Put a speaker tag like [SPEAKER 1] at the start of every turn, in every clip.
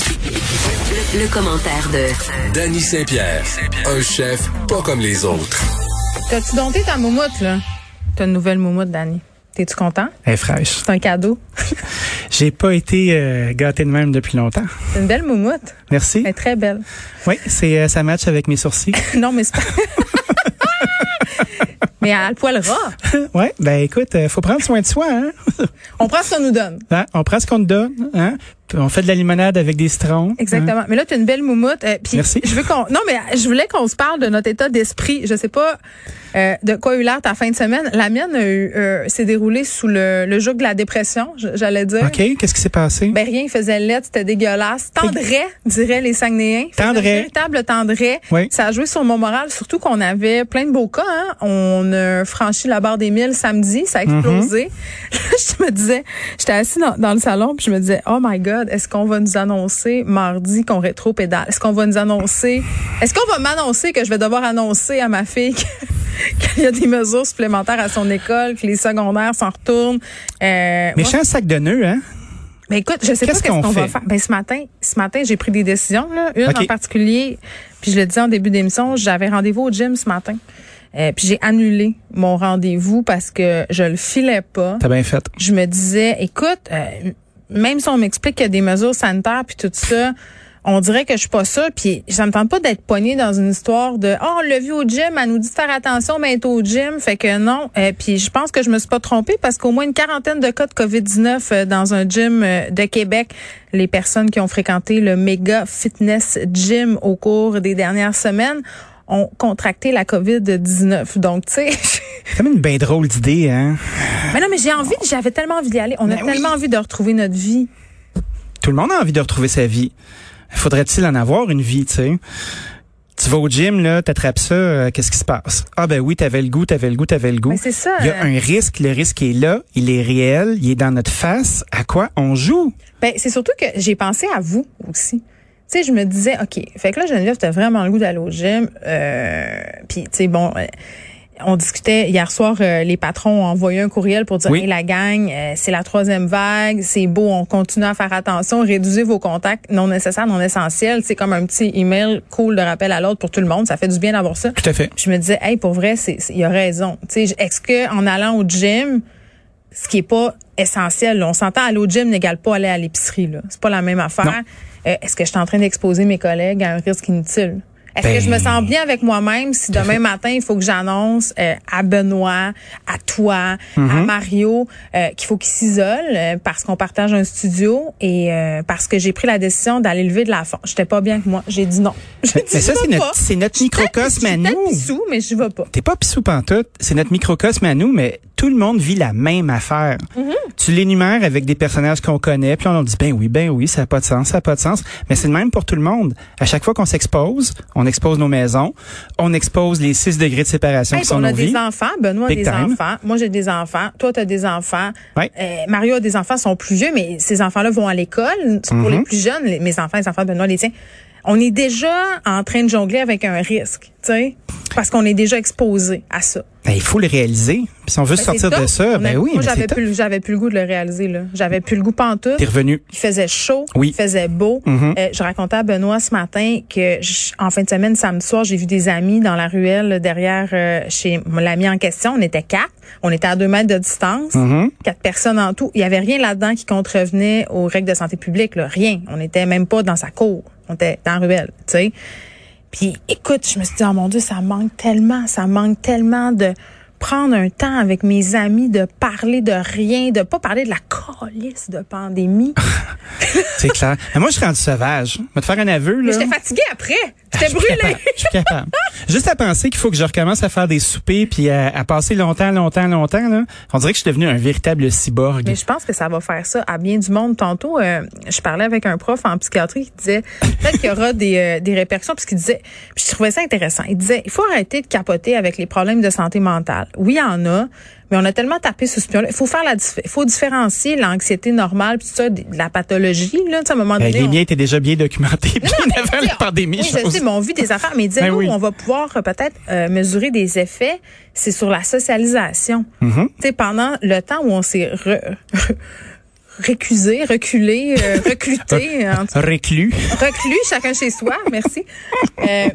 [SPEAKER 1] Le, le commentaire de
[SPEAKER 2] Danny Saint-Pierre, un chef pas comme les autres.
[SPEAKER 3] T'as-tu dompté ta moumoute, là? T'as une nouvelle moumoute, Danny. T'es-tu content?
[SPEAKER 4] Elle est fraîche.
[SPEAKER 3] C'est un cadeau.
[SPEAKER 4] J'ai pas été euh, gâté de même depuis longtemps.
[SPEAKER 3] C'est une belle moumoute.
[SPEAKER 4] Merci.
[SPEAKER 3] Elle est très belle.
[SPEAKER 4] Oui, c'est euh, ça match avec mes sourcils.
[SPEAKER 3] non, mais c'est pas... mais à le poil ras.
[SPEAKER 4] ouais, ben écoute, euh, faut prendre soin de soi. Hein?
[SPEAKER 3] on prend ce qu'on nous donne.
[SPEAKER 4] Hein? On prend ce qu'on nous donne. Hein? Puis on fait de la limonade avec des citrons.
[SPEAKER 3] Exactement.
[SPEAKER 4] hein?
[SPEAKER 3] Mais là, tu as une belle moumoute. euh, puis
[SPEAKER 4] Merci.
[SPEAKER 3] Je veux qu'on. Non, mais je voulais qu'on se parle de notre état d'esprit. Je sais pas euh, de quoi a eu l'air ta fin de semaine. La mienne a eu, euh, s'est déroulée sous le, le joug de la dépression, j- j'allais dire.
[SPEAKER 4] OK, qu'est-ce qui s'est passé?
[SPEAKER 3] Ben rien, il faisait lettre, c'était dégueulasse. Tendrait, diraient les Saguenayens. Faisait
[SPEAKER 4] Tendrait.
[SPEAKER 3] une Véritable tendrait.
[SPEAKER 4] Oui.
[SPEAKER 3] Ça a joué sur mon moral, surtout qu'on avait plein de beaux cas. hein. On a franchi la barre des 1000 samedi, ça a explosé. je me disais, j'étais assis dans, dans le salon, puis je me disais, oh my God, est-ce qu'on va nous annoncer mardi qu'on rétro-pédale? Est-ce qu'on va nous annoncer? Est-ce qu'on va m'annoncer que je vais devoir annoncer à ma fille que- qu'il y a des mesures supplémentaires à son école, que les secondaires s'en retournent? Euh, moi,
[SPEAKER 4] Méchant sac de nœuds, hein?
[SPEAKER 3] ben écoute, je sais
[SPEAKER 4] Qu'est-ce
[SPEAKER 3] pas qu'est-ce
[SPEAKER 4] qu'on
[SPEAKER 3] qu'on va
[SPEAKER 4] fait?
[SPEAKER 3] faire. Ben ce matin, ce matin, j'ai pris des décisions là, une
[SPEAKER 4] OK.
[SPEAKER 3] en particulier, puis je le disais en début d'émission, j'avais rendez-vous au gym ce matin. Euh, puis j'ai annulé mon rendez-vous parce que je le filais pas.
[SPEAKER 4] T'as bien fait.
[SPEAKER 3] Je me disais écoute, euh, même si on m'explique qu'il y a des mesures sanitaires puis tout ça, on dirait que je suis pas sûre puis ça me tente pas d'être pognée dans une histoire de oh, on l'a vu au gym, elle nous dit de faire attention mais elle est au gym, fait que non, Euh, puis je pense que je me suis pas trompée parce qu'au moins une quarantaine de cas de COVID-19 euh, dans un gym euh, de Québec, les personnes qui ont fréquenté le méga fitness gym au cours des dernières semaines ont contracté la COVID-19. Donc tu sais
[SPEAKER 4] C'est quand même une bien drôle d'idée, hein?
[SPEAKER 3] mais non, mais j'ai envie, j'avais tellement envie d'y aller. On a
[SPEAKER 4] Ben oui.
[SPEAKER 3] tellement envie de retrouver notre vie.
[SPEAKER 4] Tout le monde a envie de retrouver sa vie. Faudrait-il en avoir une vie, tu sais? Tu vas au gym, là, t'attrapes ça, euh, qu'est-ce qui se passe? Ah ben oui, t'avais le goût, t'avais le goût, t'avais le goût.
[SPEAKER 3] Mais c'est ça.
[SPEAKER 4] Il y a
[SPEAKER 3] euh,
[SPEAKER 4] un risque, le risque est là, il est réel, il est dans notre face. À quoi on joue?
[SPEAKER 3] Ben, c'est surtout que j'ai pensé à vous aussi. Tu sais, je me disais, OK, fait que là, Geneviève, t'as vraiment le goût d'aller au gym. Euh, Puis, tu sais, bon, euh, on discutait hier soir, euh, les patrons ont envoyé un courriel pour dire,
[SPEAKER 4] Oui.
[SPEAKER 3] Hey, la gang, euh, c'est la troisième vague, c'est beau, on continue à faire attention, réduisez vos contacts non nécessaires, non essentiels. C'est comme un petit email cool de rappel à l'autre pour tout le monde. Ça fait du bien d'avoir ça.
[SPEAKER 4] Tout à fait.
[SPEAKER 3] je me disais, hey, pour vrai, c'est, c'est- il a raison. Tu sais, est-ce que en allant au gym, ce qui est pas essentiel, là, on s'entend aller au gym n'égale pas aller à l'épicerie, là. C'est pas la même affaire. Euh, est-ce que je suis en train d'exposer mes collègues à un risque inutile? Est-ce que
[SPEAKER 4] Ben,
[SPEAKER 3] je me sens bien avec moi-même si demain matin, il faut que j'annonce euh, à Benoît, à toi, à
[SPEAKER 4] Mm-hmm.
[SPEAKER 3] Mario euh, qu'il faut qu'ils s'isolent euh, parce qu'on partage un studio et euh, parce que j'ai pris la décision d'aller lever de la fonte. J'étais pas bien que moi. J'ai dit non. J'ai
[SPEAKER 4] Mais
[SPEAKER 3] dit,
[SPEAKER 4] mais ça,
[SPEAKER 3] je
[SPEAKER 4] c'est
[SPEAKER 3] vais pas.
[SPEAKER 4] notre, c'est notre microcosme à
[SPEAKER 3] Je suis peut-être
[SPEAKER 4] nous.
[SPEAKER 3] sous, mais je vais pas.
[SPEAKER 4] T'es pas pissou pantoute, c'est notre microcosme à nous, mais tout le monde vit la même affaire.
[SPEAKER 3] Mm-hmm.
[SPEAKER 4] Tu l'énumères avec des personnages qu'on connaît, puis on leur dit, ben oui, ben oui, ça n'a pas de sens, ça n'a pas de sens. Mais c'est le même pour tout le monde. À chaque fois qu'on s'expose, on expose nos maisons, on expose les 6 degrés de séparation
[SPEAKER 3] Hey,
[SPEAKER 4] qui
[SPEAKER 3] puis
[SPEAKER 4] sont
[SPEAKER 3] on
[SPEAKER 4] nos
[SPEAKER 3] a des
[SPEAKER 4] vies.
[SPEAKER 3] enfants, Benoît a
[SPEAKER 4] Big
[SPEAKER 3] des
[SPEAKER 4] time.
[SPEAKER 3] enfants, moi j'ai des enfants, toi tu as des enfants,
[SPEAKER 4] Ouais.
[SPEAKER 3] Euh, Mario a des enfants, sont plus vieux, mais ces enfants-là vont à l'école. Pour
[SPEAKER 4] Mhm.
[SPEAKER 3] les plus jeunes, les- mes enfants, les enfants de Benoît, les tiens, on est déjà en train de jongler avec un risque, tu sais, parce qu'on est déjà exposé à ça.
[SPEAKER 4] Ben, il faut le réaliser. Puis si on veut
[SPEAKER 3] Ben,
[SPEAKER 4] sortir
[SPEAKER 3] c'est
[SPEAKER 4] de
[SPEAKER 3] tough.
[SPEAKER 4] ça,
[SPEAKER 3] On
[SPEAKER 4] ben
[SPEAKER 3] a-
[SPEAKER 4] oui,
[SPEAKER 3] moi
[SPEAKER 4] mais
[SPEAKER 3] j'avais
[SPEAKER 4] c'est
[SPEAKER 3] plus, le- j'avais plus le goût de le réaliser là, j'avais plus le goût pantoute.
[SPEAKER 4] T'es revenu.
[SPEAKER 3] Il faisait chaud.
[SPEAKER 4] Oui.
[SPEAKER 3] Il faisait beau.
[SPEAKER 4] Mhm.
[SPEAKER 3] Euh, je racontais à Benoît ce matin que je- en fin de semaine, samedi soir, j'ai vu des amis dans la ruelle derrière euh, chez l'ami en question. On était quatre. On était à deux mètres de distance. Quatre personnes en tout. Il y avait rien là-dedans qui contrevenait aux règles de santé publique. Là. Rien. On n'était même pas dans sa cour. On était dans la ruelle. Tu sais. Puis écoute, je me suis dit, oh mon Dieu, ça manque tellement, ça manque tellement de prendre un temps avec mes amis, de parler de rien, de pas parler de la colisse de pandémie.
[SPEAKER 4] C'est clair. Mais moi, je suis rendu sauvage. Je vais te faire un aveu,
[SPEAKER 3] Mais
[SPEAKER 4] là.
[SPEAKER 3] j'étais fatiguée après. J'étais
[SPEAKER 4] Je suis
[SPEAKER 3] brûlée.
[SPEAKER 4] capable. Je suis capable. Juste à penser qu'il faut que je recommence à faire des soupers puis à, à passer longtemps, longtemps, longtemps, là. On dirait que je suis devenu un véritable cyborg.
[SPEAKER 3] Mais je pense que ça va faire ça à bien du monde. Tantôt, euh, je parlais avec un prof en psychiatrie qui disait peut-être qu'il y aura des, euh, des répercussions, parce qu'il disait, puis je trouvais ça intéressant. Il disait, il faut arrêter de capoter avec les problèmes de santé mentale. Oui, il y en a, mais on a tellement tapé sur ce pion-là. Il faut faire la, dif- il faut différencier l'anxiété normale puis tout ça de de la pathologie. Là, Tu sais, à un moment
[SPEAKER 4] Ben,
[SPEAKER 3] donné,
[SPEAKER 4] les
[SPEAKER 3] on-
[SPEAKER 4] miens étaient déjà bien documentés bien avant
[SPEAKER 3] Oui,
[SPEAKER 4] la pandémie.
[SPEAKER 3] Oui, je
[SPEAKER 4] j'ose.
[SPEAKER 3] sais, mais on vit des affaires. Mais il disait,
[SPEAKER 4] Ben
[SPEAKER 3] là où
[SPEAKER 4] oui.
[SPEAKER 3] on va pouvoir euh, peut-être euh, mesurer des effets,
[SPEAKER 4] Mm-hmm.
[SPEAKER 3] c'est sur la socialisation. Tu sais, pendant le temps où on s'est re- récusé, reculé, euh, recluté, en tout-
[SPEAKER 4] Réclus.
[SPEAKER 3] reclus, chacun chez soi, merci. Euh,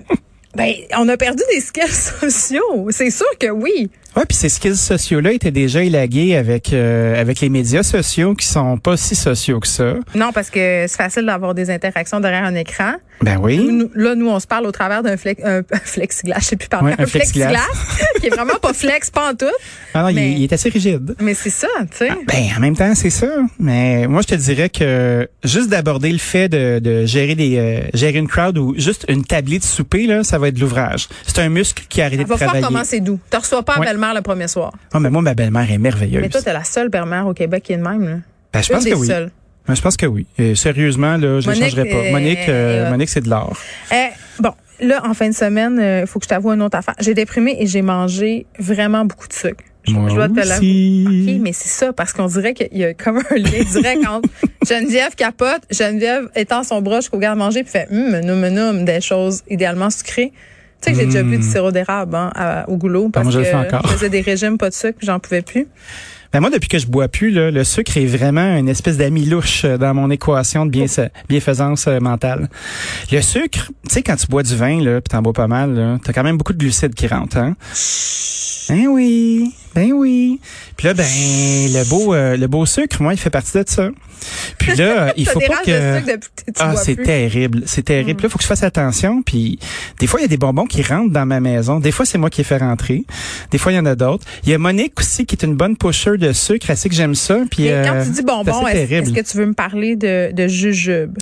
[SPEAKER 3] ben, on a perdu des skills sociaux. C'est sûr que oui.
[SPEAKER 4] Ouais, puis ces skills sociaux-là étaient déjà élagués avec euh, avec les médias sociaux qui sont pas si sociaux que ça.
[SPEAKER 3] Non, parce que c'est facile d'avoir des interactions derrière un écran.
[SPEAKER 4] Ben
[SPEAKER 3] Nous,
[SPEAKER 4] oui.
[SPEAKER 3] nous- là, nous, on se parle au travers d'un flex, un, un flexiglas, je sais plus parler.
[SPEAKER 4] Ouais, un flexiglas.
[SPEAKER 3] qui est vraiment pas flex, pas en tout.
[SPEAKER 4] Ah non, il-
[SPEAKER 3] mais-
[SPEAKER 4] il, est assez rigide.
[SPEAKER 3] Mais c'est ça, tu sais.
[SPEAKER 4] Ben en même temps, c'est ça. Mais moi, je te dirais que juste d'aborder le fait de, de gérer des euh, gérer une crowd ou juste une tablée de souper là, ça va être de l'ouvrage. C'est un muscle qui a arrêté
[SPEAKER 3] Elle
[SPEAKER 4] de
[SPEAKER 3] va voir
[SPEAKER 4] travailler.
[SPEAKER 3] comment c'est doux. Tu reçois pas la
[SPEAKER 4] Ouais.
[SPEAKER 3] belle-mère le premier soir.
[SPEAKER 4] Ah, mais moi, ma belle-mère est merveilleuse.
[SPEAKER 3] Mais toi, t'es la seule belle-mère au Québec qui est de même. Là.
[SPEAKER 4] Ben, je
[SPEAKER 3] Une
[SPEAKER 4] pense
[SPEAKER 3] des
[SPEAKER 4] que oui.
[SPEAKER 3] seules.
[SPEAKER 4] Ben, je pense que oui. Et sérieusement, là, je ne
[SPEAKER 3] Monique,
[SPEAKER 4] changerais pas.
[SPEAKER 3] euh,
[SPEAKER 4] Monique, euh,
[SPEAKER 3] euh,
[SPEAKER 4] Monique, c'est de l'art.
[SPEAKER 3] Eh, bon, là, en fin de semaine, il faut que je t'avoue une autre affaire. J'ai déprimé et j'ai mangé vraiment beaucoup de sucre. Je,
[SPEAKER 4] Moi
[SPEAKER 3] je dois te
[SPEAKER 4] aussi.
[SPEAKER 3] l'avouer. OK, mais c'est ça, parce qu'on dirait qu'il y a comme un lien direct entre Geneviève capote, Geneviève étend son bras jusqu'au garde-manger puis fait hum, noum, noum, des choses idéalement sucrées. Tu sais que j'ai déjà bu du sirop d'érable hein, à- au goulot parce
[SPEAKER 4] Hum. moi, je
[SPEAKER 3] que
[SPEAKER 4] le fais encore.
[SPEAKER 3] je faisais des régimes pas de sucre puis j'en pouvais plus.
[SPEAKER 4] Ben moi, depuis que je bois plus, là, le sucre est vraiment une espèce d'ami louche euh, dans mon équation de bienfa- bienfaisance euh, mentale. Le sucre, tu sais, quand tu bois du vin, là, puis t'en bois pas mal, là, t'as quand même beaucoup de glucides qui rentrent, hein? Ben oui, ben oui. Puis là, ben, le beau, euh, le beau sucre, moi, il fait partie de ça. Puis là, euh, il
[SPEAKER 3] T'as
[SPEAKER 4] faut
[SPEAKER 3] des
[SPEAKER 4] pas
[SPEAKER 3] rages de
[SPEAKER 4] que...
[SPEAKER 3] sucre depuis que tu
[SPEAKER 4] Ah,
[SPEAKER 3] bois
[SPEAKER 4] c'est
[SPEAKER 3] plus. Mm.
[SPEAKER 4] terrible, c'est terrible. Là, faut que je fasse attention. Puis des fois, il y a des bonbons qui rentrent dans ma maison. Des fois, c'est moi qui les fais rentrer. Des fois, il y en a d'autres. Il y a Monique aussi qui est une bonne pusher de sucre. Elle sait que j'aime ça. Puis
[SPEAKER 3] Mais quand
[SPEAKER 4] euh,
[SPEAKER 3] tu dis
[SPEAKER 4] c'est
[SPEAKER 3] bonbon,
[SPEAKER 4] assez
[SPEAKER 3] est-ce
[SPEAKER 4] terrible.
[SPEAKER 3] est-ce que tu veux me parler de, de jujube?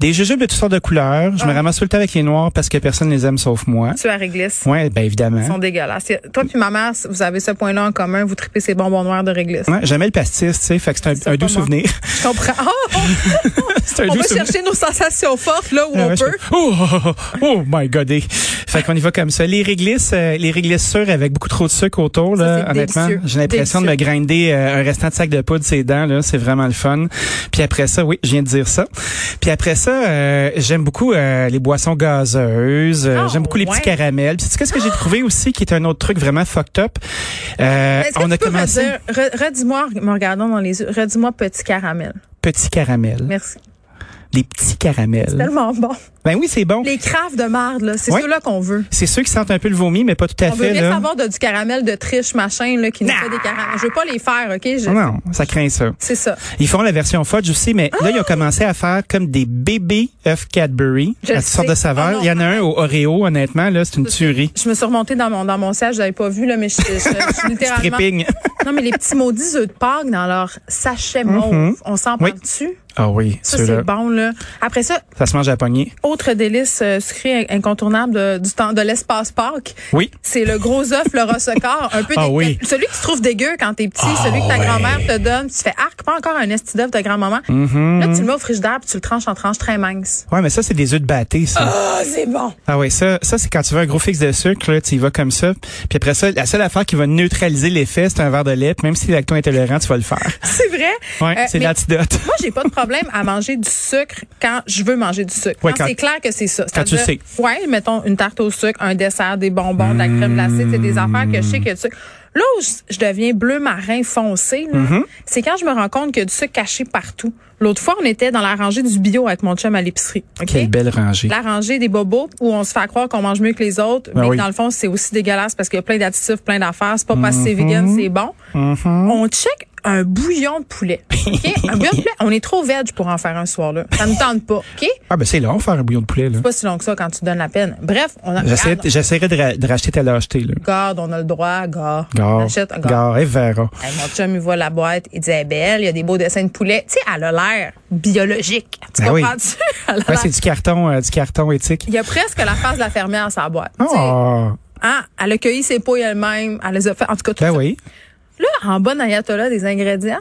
[SPEAKER 4] Des jujubes de toutes sortes de couleurs.
[SPEAKER 3] Ah.
[SPEAKER 4] Je me ramasse tout le temps avec les noirs parce que personne les aime sauf moi.
[SPEAKER 3] Tu as réglisse?
[SPEAKER 4] Ouais, ben évidemment.
[SPEAKER 3] Ils sont dégueulasses. C'est- Toi puis ma mère, vous avez ce point-là en commun, vous tripez ces bonbons noirs de réglisse.
[SPEAKER 4] Ouais, jamais le pastis, tu sais. Fait que c'est
[SPEAKER 3] C'est
[SPEAKER 4] un, un
[SPEAKER 3] pas
[SPEAKER 4] doux
[SPEAKER 3] moi.
[SPEAKER 4] souvenir.
[SPEAKER 3] Je comprends. Oh,
[SPEAKER 4] c'est un
[SPEAKER 3] on
[SPEAKER 4] doux
[SPEAKER 3] va
[SPEAKER 4] souvenir.
[SPEAKER 3] chercher nos sensations fortes là où
[SPEAKER 4] Ah
[SPEAKER 3] on
[SPEAKER 4] ouais, je
[SPEAKER 3] peut.
[SPEAKER 4] fais, Oh, oh, oh, oh my god. eh. Fait qu'on y va comme ça. Les réglisses, euh, les réglisses sûres avec beaucoup trop de sucre autour,
[SPEAKER 3] Ça,
[SPEAKER 4] là,
[SPEAKER 3] c'est
[SPEAKER 4] honnêtement.
[SPEAKER 3] délicieux.
[SPEAKER 4] J'ai l'impression de me grinder euh, un restant de sac de poudre ses dents, là. C'est vraiment le fun. Puis après ça, oui, je viens de dire ça. Puis après ça, euh, j'aime beaucoup euh, les boissons gazeuses. Euh,
[SPEAKER 3] Ah,
[SPEAKER 4] j'aime beaucoup les petits
[SPEAKER 3] ouais.
[SPEAKER 4] caramels. Puis, tu qu'est-ce que j'ai trouvé aussi qui est un autre truc vraiment fucked up? Euh,
[SPEAKER 3] Est-ce que
[SPEAKER 4] on
[SPEAKER 3] tu
[SPEAKER 4] a
[SPEAKER 3] peux
[SPEAKER 4] commencé
[SPEAKER 3] redire- re- redis-moi, me regardant dans les yeux, redis-moi petit caramel.
[SPEAKER 4] petits caramels.
[SPEAKER 3] Merci.
[SPEAKER 4] Des petits caramels.
[SPEAKER 3] Tellement bon.
[SPEAKER 4] Ben oui, c'est bon.
[SPEAKER 3] Les craves de marde, là, c'est
[SPEAKER 4] Ouais.
[SPEAKER 3] ceux-là qu'on veut.
[SPEAKER 4] C'est ceux qui sentent un peu le vomi, mais pas tout à
[SPEAKER 3] On veut
[SPEAKER 4] fait.
[SPEAKER 3] rien
[SPEAKER 4] là.
[SPEAKER 3] savoir de, du caramel de triche, machin, là, qui nous fait des caramels. Je veux pas les faire, OK? Je-
[SPEAKER 4] Non, ça craint ça.
[SPEAKER 3] C'est ça.
[SPEAKER 4] Ils font la version fudge aussi, mais là, ils
[SPEAKER 3] Ah!
[SPEAKER 4] ont commencé à faire comme des bébés œufs Cadbury
[SPEAKER 3] Je
[SPEAKER 4] à toutes sortes
[SPEAKER 3] sais.
[SPEAKER 4] de saveurs.
[SPEAKER 3] Oh non,
[SPEAKER 4] Il y en a un au Oreo, honnêtement, là, c'est une tuerie.
[SPEAKER 3] Je me suis remontée dans mon, dans mon siège, j'avais pas vu, là, mais je, je- je suis littéralement.
[SPEAKER 4] Tripping.
[SPEAKER 3] Non, mais les petits maudits œufs de Pâques dans leur sachet mauve, on s'en
[SPEAKER 4] Mm-hmm. Oui.
[SPEAKER 3] parle-tu?
[SPEAKER 4] Ah oui,
[SPEAKER 3] Ça, c'est
[SPEAKER 4] ceux-là.
[SPEAKER 3] bon, là. Après ça,
[SPEAKER 4] Ça se mange à la poignée.
[SPEAKER 3] autre délice euh, sucré incontournable de, du temps, de l'espace Pâques,
[SPEAKER 4] Oui.
[SPEAKER 3] c'est le gros œuf, le rossecor, un peu
[SPEAKER 4] Ah
[SPEAKER 3] dégueu.
[SPEAKER 4] oui. Ah
[SPEAKER 3] Celui que tu trouves dégueu quand t'es petit, celui que ta
[SPEAKER 4] ouais.
[SPEAKER 3] grand-mère te donne, tu fais arc, pas encore un esti d'œuf de grand-maman.
[SPEAKER 4] Mm-hmm.
[SPEAKER 3] Là, tu le mets au frigidaire puis tu le tranches en tranches très minces.
[SPEAKER 4] Ouais, mais ça, c'est des œufs de batté, ça.
[SPEAKER 3] Ah, c'est bon!
[SPEAKER 4] Ah oui, ça, ça c'est quand tu veux un gros fixe de sucre, là, tu y vas comme ça. Puis après ça, la seule affaire qui va neutraliser l'effet, c'est un verre de lait. Puis Même si t'es lacto intolérant, tu vas le faire.
[SPEAKER 3] C'est vrai?
[SPEAKER 4] Ouais,
[SPEAKER 3] Euh,
[SPEAKER 4] c'est
[SPEAKER 3] mais-
[SPEAKER 4] l'antidote.
[SPEAKER 3] Moi, j'ai pas de problème à manger du sucre quand je veux manger du sucre.
[SPEAKER 4] Ouais,
[SPEAKER 3] quand
[SPEAKER 4] quand-
[SPEAKER 3] c'est clair que c'est ça.
[SPEAKER 4] quand tu
[SPEAKER 3] C'est-à-dire, Ouais, mettons une tarte au sucre, un dessert, des bonbons, de la crème glacée, c'est des affaires que je
[SPEAKER 4] Mmh.
[SPEAKER 3] sais qu'il y a du sucre. Là où je- je deviens bleu marin foncé, là,
[SPEAKER 4] Mmh.
[SPEAKER 3] c'est quand je me rends compte qu'il y a du sucre caché partout. L'autre fois, on était dans la rangée du bio avec mon chum à l'épicerie. OK?
[SPEAKER 4] Quelle belle rangée.
[SPEAKER 3] La rangée des bobos où on se fait croire qu'on mange mieux que les autres, mais
[SPEAKER 4] Ben oui.
[SPEAKER 3] dans le fond, c'est aussi dégueulasse parce qu'il y a plein d'additifs, plein d'affaires. C'est pas parce que c'est
[SPEAKER 4] Mm-hmm.
[SPEAKER 3] vegan, c'est bon. On check un bouillon de poulet. OK? un bouillon de poulet, on est trop veg pour en faire un soir, là. Ça ne tente pas. OK?
[SPEAKER 4] Ah ben c'est long, faire un bouillon de poulet, là.
[SPEAKER 3] Pas si long que ça quand tu donnes la peine. Bref, on a.
[SPEAKER 4] J'essaie-
[SPEAKER 3] Regarde,
[SPEAKER 4] J'essaierai de, ra- de racheter ta lâcheté, là.
[SPEAKER 3] garde, on a le droit, garde. On
[SPEAKER 4] Gare,
[SPEAKER 3] achète, garde.
[SPEAKER 4] gare, et verra.
[SPEAKER 3] Hey, mon chum, il voit la boîte, il dit, elle est belle, il y a des beaux dessins de poulet. Tu sais, elle a l'air biologique. Tu
[SPEAKER 4] Ben oui.
[SPEAKER 3] comprends-tu? Elle a
[SPEAKER 4] Ouais,
[SPEAKER 3] l'air-
[SPEAKER 4] c'est du carton, euh, du carton éthique.
[SPEAKER 3] Il y a presque la face de la fermière à sa boîte. Tu sais,
[SPEAKER 4] Ah,
[SPEAKER 3] Hein? Elle a cueilli ses pouilles elle-même. Elle les a fait. En tout cas, tout
[SPEAKER 4] ben
[SPEAKER 3] ça.
[SPEAKER 4] oui.
[SPEAKER 3] Là, en bonne ayatollah des ingrédients,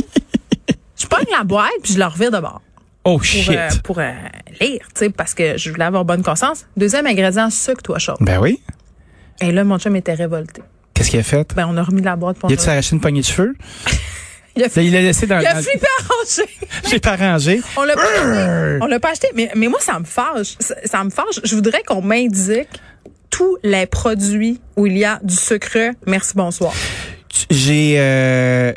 [SPEAKER 3] je pogne la boîte puis je la revire de bord
[SPEAKER 4] Oh
[SPEAKER 3] pour,
[SPEAKER 4] shit.
[SPEAKER 3] euh, pour euh, lire, tu sais, parce que je voulais avoir bonne conscience. Deuxième ingrédient, sucre, toi, chaud.
[SPEAKER 4] Ben oui. Ben.
[SPEAKER 3] Et là, mon chum était révolté.
[SPEAKER 4] Qu'est-ce qu'il a fait?
[SPEAKER 3] Ben, on a remis la boîte pour
[SPEAKER 4] Il a-tu arraché une poignée de cheveux?
[SPEAKER 3] Il a,
[SPEAKER 4] Là,
[SPEAKER 3] flippé
[SPEAKER 4] il l'a laissé dans,
[SPEAKER 3] il a
[SPEAKER 4] dans-
[SPEAKER 3] flippé à ranger.
[SPEAKER 4] J'ai pas rangé.
[SPEAKER 3] On l'a pas acheté. On l'a pas acheté. Mais, mais moi, ça me fâche. Ça, ça me fâche. Je voudrais qu'on m'indique tous les produits où il y a du sucre. Merci, bonsoir.
[SPEAKER 4] J'ai euh,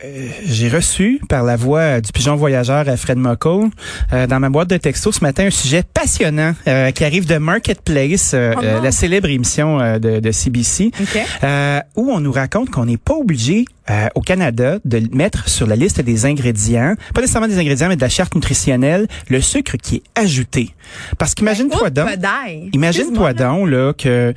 [SPEAKER 4] j'ai reçu par la voix euh, du pigeon voyageur à Fred Moco euh, dans ma boîte de texto ce matin un sujet passionnant euh, qui arrive de Marketplace, euh,
[SPEAKER 3] Oh non.
[SPEAKER 4] euh, la célèbre émission euh, de, de CBC,
[SPEAKER 3] OK.
[SPEAKER 4] euh, où on nous raconte qu'on n'est pas obligé euh, au Canada de le mettre sur la liste des ingrédients, pas nécessairement des ingrédients, mais de la charte nutritionnelle, le sucre qui est ajouté.
[SPEAKER 3] Ben,
[SPEAKER 4] Parce qu'imagine-toi donc,
[SPEAKER 3] Pedaille.
[SPEAKER 4] Imagine-toi donc là que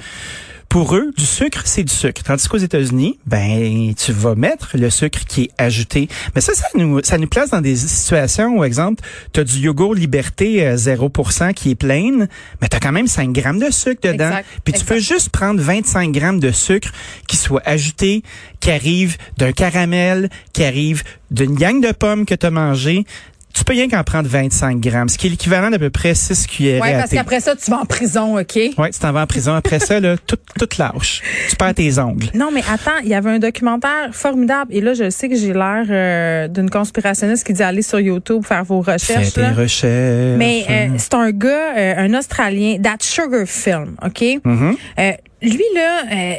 [SPEAKER 4] pour eux, du sucre, c'est du sucre. Tandis qu'aux États-Unis, ben tu vas mettre le sucre qui est ajouté. Mais ça, ça nous, ça nous place dans des situations où, exemple, tu as du yogourt Liberté euh, 0% qui est plein, mais tu as quand même 5 grammes de sucre dedans.
[SPEAKER 3] Exact,
[SPEAKER 4] Puis tu peux juste prendre 25 grammes de sucre qui soit ajouté, qui arrive d'un caramel, qui arrive d'une gang de pommes que tu as mangé. Tu peux rien qu'en prendre 25 grammes, ce qui est l'équivalent d'à peu près 6 cuillerées
[SPEAKER 3] Oui,
[SPEAKER 4] à
[SPEAKER 3] parce
[SPEAKER 4] thé.
[SPEAKER 3] qu'après ça, tu vas en prison, OK?
[SPEAKER 4] Ouais, tu t'en vas en prison. Après ça, là, tout, tout lâche. Tu perds tes ongles.
[SPEAKER 3] Non, mais attends, il y avait un documentaire formidable. Et là, je sais que j'ai l'air euh, d'une conspirationniste qui dit allez sur YouTube faire vos
[SPEAKER 4] Fais
[SPEAKER 3] recherches.
[SPEAKER 4] tes
[SPEAKER 3] là.
[SPEAKER 4] recherches.
[SPEAKER 3] Mais euh, c'est un gars, euh, un Australien, That Sugar Film, OK?
[SPEAKER 4] Mm-hmm.
[SPEAKER 3] Euh, lui, là, euh,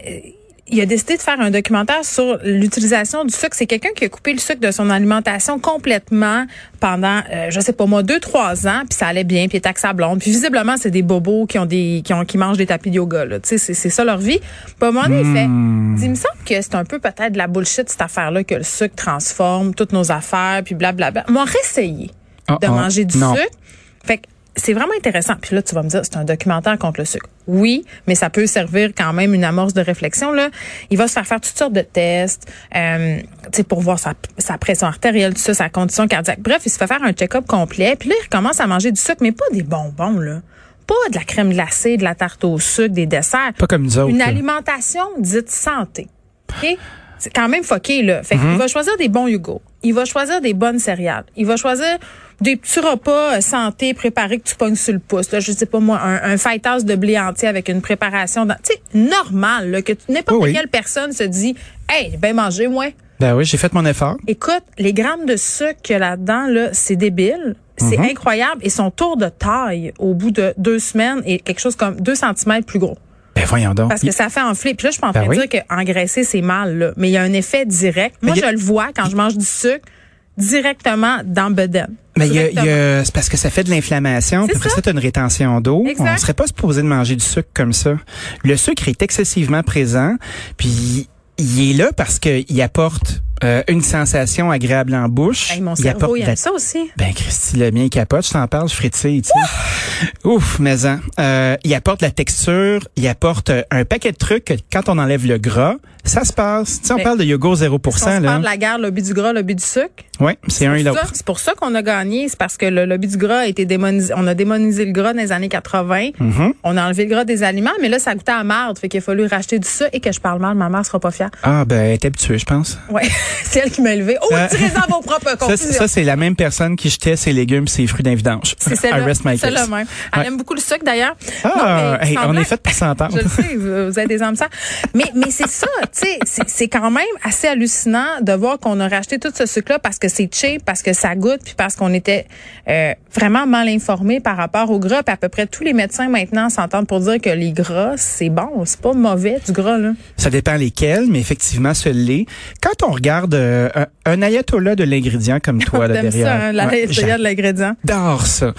[SPEAKER 3] il a décidé de faire un documentaire sur l'utilisation du sucre. C'est quelqu'un qui a coupé le sucre de son alimentation complètement pendant, euh, je sais pas moi, deux, trois ans, puis ça allait bien, puis il était avec sa blonde. Puis visiblement, c'est des bobos qui ont des qui, ont, qui mangent des tapis de yoga. Là. Tu sais, C'est c'est ça leur vie. Puis à un moment donné, il fait,
[SPEAKER 4] Hmm.
[SPEAKER 3] il dit, il me semble que c'est un peu peut-être de la bullshit, cette affaire-là, que le sucre transforme toutes nos affaires, puis blablabla. M'ont réessayé
[SPEAKER 4] Ah,
[SPEAKER 3] de
[SPEAKER 4] ah,
[SPEAKER 3] manger du
[SPEAKER 4] non.
[SPEAKER 3] sucre. Fait que c'est vraiment intéressant. Puis là, tu vas me dire, c'est un documentaire contre le sucre. Oui, mais ça peut servir quand même une amorce de réflexion. Là. Il va se faire faire toutes sortes de tests euh, tu sais, pour voir sa, sa pression artérielle, tout ça, sa condition cardiaque. Bref, il se fait faire un check-up complet. Puis là, il recommence à manger du sucre, mais pas des bonbons. là. Pas de la crème glacée, de la tarte au sucre, des desserts.
[SPEAKER 4] Pas comme nous autres.
[SPEAKER 3] Une
[SPEAKER 4] là.
[SPEAKER 3] alimentation dite santé. OK? C'est quand même foqué, là. Fait
[SPEAKER 4] Mhm.
[SPEAKER 3] qu'il va choisir des bons yogourts. Il va choisir des bonnes céréales. Il va choisir des petits repas euh, santé préparés que tu pognes sur le pouce. Là, je sais pas moi, un, un fajitas de blé entier avec une préparation. dans- Tu sais, normal, là, que tu- n'importe
[SPEAKER 4] Oui, oui.
[SPEAKER 3] quelle personne se dit « Hey, j'ai bien mangé, moi.
[SPEAKER 4] Ben oui, j'ai fait mon effort. »
[SPEAKER 3] Écoute, les grammes de sucre qu'il y a là-dedans, là, c'est débile. C'est
[SPEAKER 4] Mhm.
[SPEAKER 3] incroyable. Et son tour de taille, au bout de deux semaines, est quelque chose comme 2 cm plus gros.
[SPEAKER 4] Ben voyons donc.
[SPEAKER 3] Parce que ça fait enfler. Puis là, je suis pas en
[SPEAKER 4] Ben
[SPEAKER 3] train
[SPEAKER 4] oui.
[SPEAKER 3] de dire qu'engraisser, c'est mal, là. Mais il y a un effet direct. Moi,
[SPEAKER 4] Mais il y a-
[SPEAKER 3] je le vois quand je mange du sucre directement dans le bedaine.
[SPEAKER 4] Mais il y a- il y
[SPEAKER 3] Directement.
[SPEAKER 4] a- c'est parce que ça fait de l'inflammation, puis
[SPEAKER 3] C'est
[SPEAKER 4] après
[SPEAKER 3] ça.
[SPEAKER 4] ça, t'as une rétention d'eau.
[SPEAKER 3] Exact.
[SPEAKER 4] On serait pas supposé de manger du sucre comme ça. Le sucre est excessivement présent, puis il est là parce qu'il apporte euh, une sensation agréable en bouche.
[SPEAKER 3] Hey, mon
[SPEAKER 4] il apporte
[SPEAKER 3] cerveau, il
[SPEAKER 4] de la
[SPEAKER 3] aime ça aussi.
[SPEAKER 4] Ben, Christy, le mien il capote, je t'en parle, je frétille, tu sais. Ouf, mais en. Euh, il apporte la texture, il apporte euh, un paquet de trucs que quand on enlève le gras, ça se passe. Tu sais, on
[SPEAKER 3] Mais-
[SPEAKER 4] parle de yogourt 0%,
[SPEAKER 3] Si on se
[SPEAKER 4] là.
[SPEAKER 3] parle de la guerre, lobby du gras, lobby du sucre.
[SPEAKER 4] Ouais, c'est un et
[SPEAKER 3] pour ça-
[SPEAKER 4] l'autre.
[SPEAKER 3] C'est pour ça qu'on a gagné. C'est parce que le lobby du gras a été démonisé. On a démonisé le gras dans les années 80.
[SPEAKER 4] Mm-hmm.
[SPEAKER 3] On a enlevé le gras des aliments, mais là, ça goûtait à marde. Fait qu'il a fallu racheter du sucre et que je parle mal, ma mère sera pas fière.
[SPEAKER 4] Ah, ben, elle est habituée, je pense.
[SPEAKER 3] Ouais. c'est elle qui m'a élevé. Oh,
[SPEAKER 4] Euh,
[SPEAKER 3] tirez dans vos propres
[SPEAKER 4] Ça,
[SPEAKER 3] conclusions.
[SPEAKER 4] c'est- ça, c'est la même personne qui jetait ses légumes, ses fruits d'un vidange.
[SPEAKER 3] C'est
[SPEAKER 4] I
[SPEAKER 3] celle-là.
[SPEAKER 4] rest my
[SPEAKER 3] C'est celle-là
[SPEAKER 4] case.
[SPEAKER 3] même. Elle
[SPEAKER 4] Ouais.
[SPEAKER 3] aime beaucoup le sucre d'ailleurs.
[SPEAKER 4] Ah,
[SPEAKER 3] Non, mais
[SPEAKER 4] hey,
[SPEAKER 3] sans
[SPEAKER 4] on est
[SPEAKER 3] blague.
[SPEAKER 4] fait pour s'entendre.
[SPEAKER 3] Je le sais, vous vous êtes des hommes sans. Mais, mais c'est ça, tu sais, c'est- c'est quand même assez hallucinant de voir qu'on a racheté tout ce sucre-là parce que c'est cheap, parce que ça goûte, puis parce qu'on était euh, vraiment mal informés par rapport au gras. Puis à peu près tous les médecins maintenant s'entendent pour dire que les gras, c'est bon, c'est pas mauvais du gras, là.
[SPEAKER 4] Ça dépend lesquels, mais effectivement, ce l'est. Quand on regarde euh, un, un ayatollah de l'ingrédient comme toi, là,
[SPEAKER 3] T'aimes
[SPEAKER 4] derrière.
[SPEAKER 3] ça, hein, la
[SPEAKER 4] Ouais,
[SPEAKER 3] l'intérieur de l'ingrédient.
[SPEAKER 4] J'adore ça.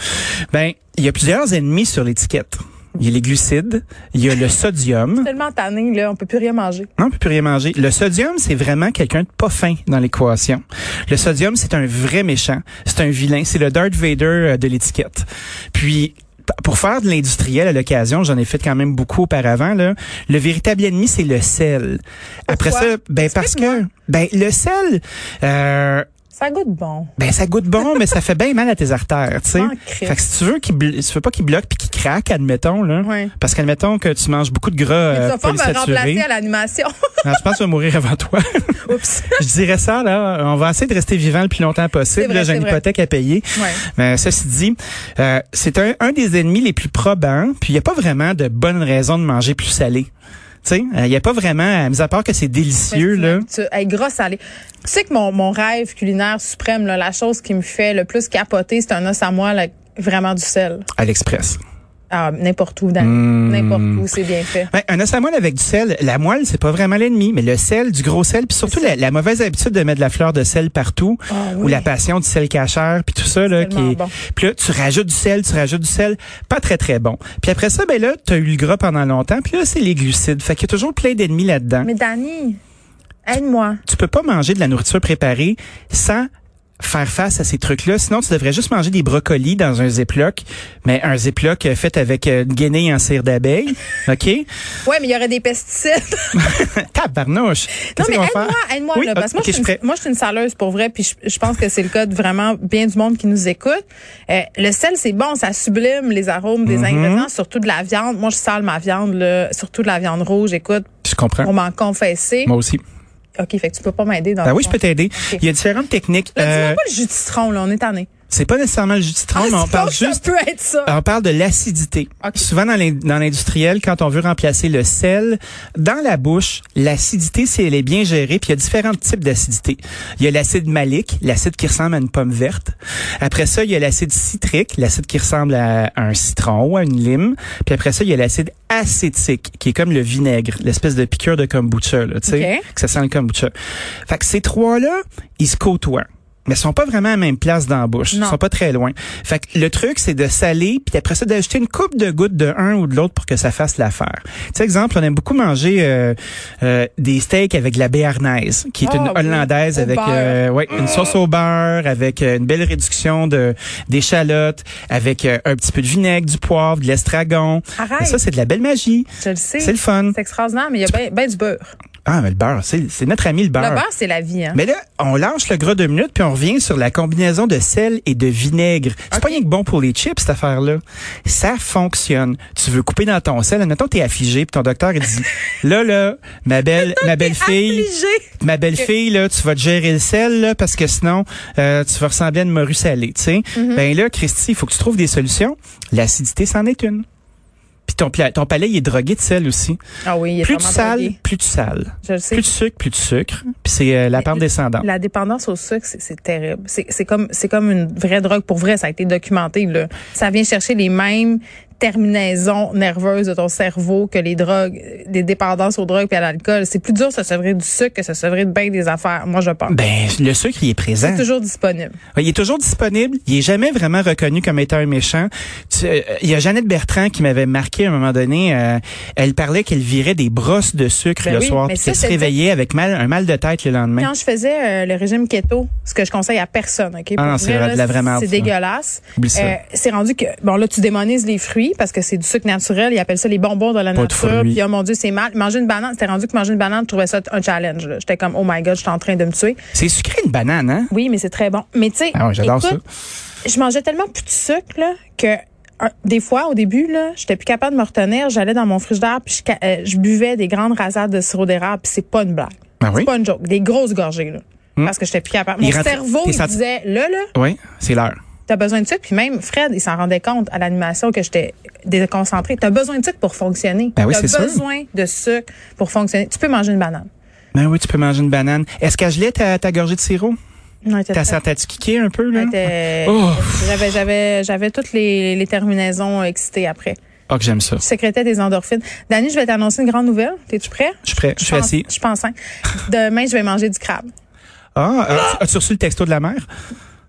[SPEAKER 4] Ben, il y a plusieurs ennemis sur l'étiquette. Il y a les glucides, il y a le sodium.
[SPEAKER 3] Tellement tanné, là, on peut plus rien manger.
[SPEAKER 4] Non, on peut plus rien manger. Le sodium, c'est vraiment quelqu'un de pas fin dans l'équation. Le sodium, c'est un vrai méchant. C'est un vilain. C'est le Darth Vader euh, de l'étiquette. Puis, p- pour faire de l'industriel à l'occasion, j'en ai fait quand même beaucoup auparavant, là. Le véritable ennemi, c'est le sel. Après
[SPEAKER 3] Pourquoi?
[SPEAKER 4] ça, ben, parce que, ben, le sel, euh,
[SPEAKER 3] Ça goûte bon.
[SPEAKER 4] ben ça goûte bon, mais ça fait bien mal à tes artères, tu sais.
[SPEAKER 3] M'en crisse.
[SPEAKER 4] Fait que si tu veux qu'il bl- si tu veux pas qu'il bloque puis qu'il craque, admettons là.
[SPEAKER 3] Ouais.
[SPEAKER 4] Parce qu'admettons que tu manges beaucoup de gras
[SPEAKER 3] Mais
[SPEAKER 4] euh,
[SPEAKER 3] ça va me remplacer
[SPEAKER 4] polysaturé.
[SPEAKER 3] à l'animation.
[SPEAKER 4] Non, je pense que tu vas mourir avant toi.
[SPEAKER 3] Oups.
[SPEAKER 4] je dirais ça là, on va essayer de rester vivant le plus longtemps possible,
[SPEAKER 3] C'est vrai,
[SPEAKER 4] là, j'ai
[SPEAKER 3] c'est
[SPEAKER 4] une
[SPEAKER 3] vrai.
[SPEAKER 4] hypothèque à payer.
[SPEAKER 3] Ouais.
[SPEAKER 4] Mais ceci dit, euh, c'est un, un des ennemis les plus probants, puis il y a pas vraiment de bonne raison de manger plus salé. Tu sais, euh, il y a pas vraiment, mis à part que c'est délicieux là.
[SPEAKER 3] Tu, hey, gras salé. Tu sais que mon, mon rêve culinaire suprême, là, la chose qui me fait le plus capoter, c'est un os à moelle avec vraiment du sel.
[SPEAKER 4] À l'express.
[SPEAKER 3] Ah, n'importe où, dans
[SPEAKER 4] Hmm.
[SPEAKER 3] n'importe où, c'est bien fait.
[SPEAKER 4] Ben, un os à moelle avec du sel, la moelle, c'est pas vraiment l'ennemi, mais le sel, du gros sel, puis surtout la, la mauvaise habitude de mettre de la fleur de sel partout,
[SPEAKER 3] Ah oui.
[SPEAKER 4] ou la passion du sel cachère, puis tout ça, là, qui
[SPEAKER 3] tellement
[SPEAKER 4] est-
[SPEAKER 3] bon.
[SPEAKER 4] Puis là, tu rajoutes du sel, tu rajoutes du sel, pas très, très bon. Puis après ça, ben là, t'as eu le gras pendant longtemps, puis là, c'est les glucides. Fait qu'il y a toujours plein d'ennemis là-dedans.
[SPEAKER 3] Mais Dani, aide-moi.
[SPEAKER 4] Tu peux pas manger de la nourriture préparée sans faire face à ces trucs-là. Sinon, tu devrais juste manger des brocolis dans un Ziploc, mais un Ziploc euh, fait avec euh, une guenille en cire d'abeille, OK?
[SPEAKER 3] Ouais, mais il y aurait des pesticides.
[SPEAKER 4] Tabarnouche!
[SPEAKER 3] Non,
[SPEAKER 4] Qu'est-ce
[SPEAKER 3] mais
[SPEAKER 4] qu'on va faire?
[SPEAKER 3] aide-moi, aide-moi,
[SPEAKER 4] Oui,
[SPEAKER 3] là, parce que
[SPEAKER 4] ok,
[SPEAKER 3] moi, je
[SPEAKER 4] je suis
[SPEAKER 3] suis une-
[SPEAKER 4] prêt.
[SPEAKER 3] moi, je suis une saleuse pour vrai, puis je, je pense que c'est le cas de vraiment bien du monde qui nous écoute. Euh, le sel, c'est bon, ça sublime les arômes
[SPEAKER 4] Mm-hmm.
[SPEAKER 3] des ingrédients, surtout de la viande. Moi, je sale ma viande, là, surtout de la viande rouge. Écoute,
[SPEAKER 4] Je comprends.
[SPEAKER 3] on m'en confessait.
[SPEAKER 4] Moi aussi.
[SPEAKER 3] OK, fait que tu peux pas m'aider dans
[SPEAKER 4] Ben
[SPEAKER 3] le
[SPEAKER 4] oui, je
[SPEAKER 3] fond.
[SPEAKER 4] peux t'aider.
[SPEAKER 3] Ah, Ok.
[SPEAKER 4] Il y a différentes techniques.
[SPEAKER 3] Là, dis-moi
[SPEAKER 4] Euh,
[SPEAKER 3] pas le jus de citron, là, on est tanné. Ah,
[SPEAKER 4] c'est pas nécessairement le jus de citron, mais on parle juste Ah,
[SPEAKER 3] Ça peut être ça.
[SPEAKER 4] On parle de l'acidité.
[SPEAKER 3] Ok.
[SPEAKER 4] Souvent dans l'in- dans l'industriel, quand on veut remplacer le sel dans la bouche, l'acidité, si elle est bien gérée, puis il y a différents types d'acidité. Il y a l'acide malique, l'acide qui ressemble à une pomme verte. Après ça, il y a l'acide citrique, l'acide qui ressemble à un citron ou à une lime. Puis après ça, il y a l'acide acétique, qui est comme le vinaigre, l'espèce de piqûre de kombucha, là, tu sais,
[SPEAKER 3] Ok.
[SPEAKER 4] que ça sent le kombucha. Fait que ces trois-là, ils se côtoient. Mais ils sont pas vraiment à la même place dans la bouche.
[SPEAKER 3] Non.
[SPEAKER 4] Ils sont pas très loin. Fait que le truc, c'est de saler, puis après ça, d'ajouter une coupe de gouttes de un ou de l'autre pour que ça fasse l'affaire. Tu sais, exemple, on aime beaucoup manger euh, euh, des steaks avec de la béarnaise, qui est
[SPEAKER 3] Ah,
[SPEAKER 4] une
[SPEAKER 3] oui.
[SPEAKER 4] hollandaise
[SPEAKER 3] Au
[SPEAKER 4] avec
[SPEAKER 3] beurre.
[SPEAKER 4] euh, ouais, une sauce au beurre, avec euh, une belle réduction de d'échalotes, avec euh, un petit peu de vinaigre, du poivre, de l'estragon.
[SPEAKER 3] Arrête.
[SPEAKER 4] Mais ça, c'est de la belle magie.
[SPEAKER 3] Je le sais.
[SPEAKER 4] C'est le fun.
[SPEAKER 3] C'est extraordinaire, mais il y a bien du beurre.
[SPEAKER 4] Ah, mais le beurre, c'est c'est notre ami
[SPEAKER 3] Le beurre, c'est la vie, hein.
[SPEAKER 4] mais là, on lâche le gras deux minutes, puis on revient sur la combinaison de sel et de vinaigre. C'est pas rien que bon pour les chips, cette affaire-là. Ça fonctionne. Tu veux couper dans ton sel, admettons, t'es affligé, puis ton docteur, il dit, là, là, ma belle, ma belle-fille,
[SPEAKER 3] Affligé.
[SPEAKER 4] ma belle-fille, là, tu vas te gérer le sel, là, parce que sinon, euh, tu vas ressembler à une morue salée, tu sais.
[SPEAKER 3] Mm-hmm.
[SPEAKER 4] Ben là, Christy, il faut que tu trouves des solutions. L'acidité, c'en est une. Puis ton, pla- ton palais, il est drogué de sel aussi.
[SPEAKER 3] Ah oui, il est
[SPEAKER 4] Plus tu
[SPEAKER 3] vraiment
[SPEAKER 4] sales,
[SPEAKER 3] drogué. Mm.
[SPEAKER 4] plus tu sales.
[SPEAKER 3] Je le sais.
[SPEAKER 4] Plus de sucre, plus de sucre. Puis c'est euh, la pente descendante.
[SPEAKER 3] La dépendance au sucre, c'est- c'est terrible. C'est c'est comme c'est comme une vraie drogue pour vrai. Ça a été documenté. Là. Ça vient chercher les mêmes terminaisons nerveuses de ton cerveau que les drogues, des dépendances aux drogues et à l'alcool. C'est plus dur de se sevrer du sucre que de se sevrer de bien des affaires. Moi, je pense.
[SPEAKER 4] Ben, le sucre, il est présent.
[SPEAKER 3] c'est toujours disponible.
[SPEAKER 4] Il est toujours disponible. Il est jamais vraiment reconnu comme étant un méchant. Tu- euh, il y a Jeannette Bertrand qui m'avait marqué à un moment donné. euh, elle parlait qu'elle virait des brosses de sucre
[SPEAKER 3] Ben
[SPEAKER 4] le
[SPEAKER 3] oui,
[SPEAKER 4] soir,
[SPEAKER 3] mais
[SPEAKER 4] puis
[SPEAKER 3] ça,
[SPEAKER 4] qu'elle se
[SPEAKER 3] c'était-
[SPEAKER 4] réveillait avec mal, un mal de tête le lendemain.
[SPEAKER 3] Quand je faisais euh, le régime keto, ce que je conseille à personne, ok, pour
[SPEAKER 4] Ah non,
[SPEAKER 3] vrai,
[SPEAKER 4] c'est de
[SPEAKER 3] là,
[SPEAKER 4] la vraie merde,
[SPEAKER 3] c'est
[SPEAKER 4] ça.
[SPEAKER 3] dégueulasse. Euh,
[SPEAKER 4] Oublie ça.
[SPEAKER 3] c'est rendu que bon là tu démonises les fruits parce que c'est du sucre naturel, ils appellent ça les bonbons de la
[SPEAKER 4] Pas de
[SPEAKER 3] nature.
[SPEAKER 4] fruits.
[SPEAKER 3] Puis oh mon dieu, c'est mal. Manger une banane, c'était rendu que manger une banane, je trouvais ça un challenge. là. J'étais comme oh my god, je suis en train de me tuer.
[SPEAKER 4] C'est sucré une banane, hein?
[SPEAKER 3] Oui, mais c'est très bon. Mais tu sais,
[SPEAKER 4] Ah ouais, j'adore
[SPEAKER 3] écoute, Je mangeais tellement plus de sucre là, que un- des fois, au début, là, j'étais plus capable de me retenir. J'allais dans mon frigidaire puis je, ca- euh, je buvais des grandes rasades de sirop d'érable. Puis c'est pas une blague.
[SPEAKER 4] Ah oui? Hmm.
[SPEAKER 3] C'est pas une joke. Des grosses gorgées là, parce que j'étais plus capable. Mon
[SPEAKER 4] Il rentrait-
[SPEAKER 3] cerveau
[SPEAKER 4] t'es
[SPEAKER 3] il
[SPEAKER 4] senti-
[SPEAKER 3] disait là là,
[SPEAKER 4] Oui, c'est l'heure.
[SPEAKER 3] t'as besoin de sucre. Puis même Fred, il s'en rendait compte à l'animation que j'étais déconcentrée. T'as besoin de sucre pour fonctionner.
[SPEAKER 4] Ben oui,
[SPEAKER 3] t'as
[SPEAKER 4] c'est sûr.
[SPEAKER 3] besoin de sucre pour fonctionner. Tu peux manger une banane.
[SPEAKER 4] Ben oui, tu peux manger une banane. Est-ce qu'à gelée, ta, ta gorgée de sirop?
[SPEAKER 3] Non, elle était
[SPEAKER 4] T'as
[SPEAKER 3] très-
[SPEAKER 4] senti kické un peu, là?
[SPEAKER 3] Euh, elle était-
[SPEAKER 4] Oh.
[SPEAKER 3] J'avais, j'avais, j'avais toutes les, les terminaisons euh, excitées après.
[SPEAKER 4] Oh, que j'aime ça.
[SPEAKER 3] Je sécrétais des endorphines. Dani, je vais t'annoncer une grande nouvelle. T'es-tu prêt?
[SPEAKER 4] Je suis prêt. Je suis
[SPEAKER 3] pense-
[SPEAKER 4] assis.
[SPEAKER 3] Je pense, hein. Demain, je vais manger du crabe.
[SPEAKER 4] Ah, euh, as-tu reçu le texto de la mère?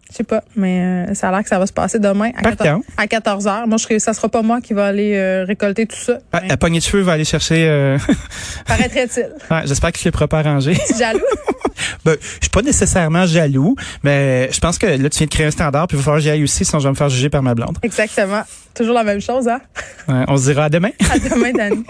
[SPEAKER 3] Je sais pas, mais euh, ça a l'air que ça va se passer demain à
[SPEAKER 4] Pardon?
[SPEAKER 3] 14, à 14 heures. Moi, je serai- ça sera pas moi qui va aller euh, récolter tout ça.
[SPEAKER 4] Ah, La poignée de cheveux va aller chercher... euh,
[SPEAKER 3] Paraîtrait-il.
[SPEAKER 4] ouais, J'espère que je l'ai pas arrangé.
[SPEAKER 3] Tu es jaloux?
[SPEAKER 4] Ben, je suis pas nécessairement jaloux, mais je pense que là, tu viens de créer un standard, puis il va falloir que j'y aille aussi, sinon je vais me faire juger par ma blonde.
[SPEAKER 3] Exactement. Toujours la même chose, hein?
[SPEAKER 4] Ouais, on se dira à demain.
[SPEAKER 3] À demain, Dani.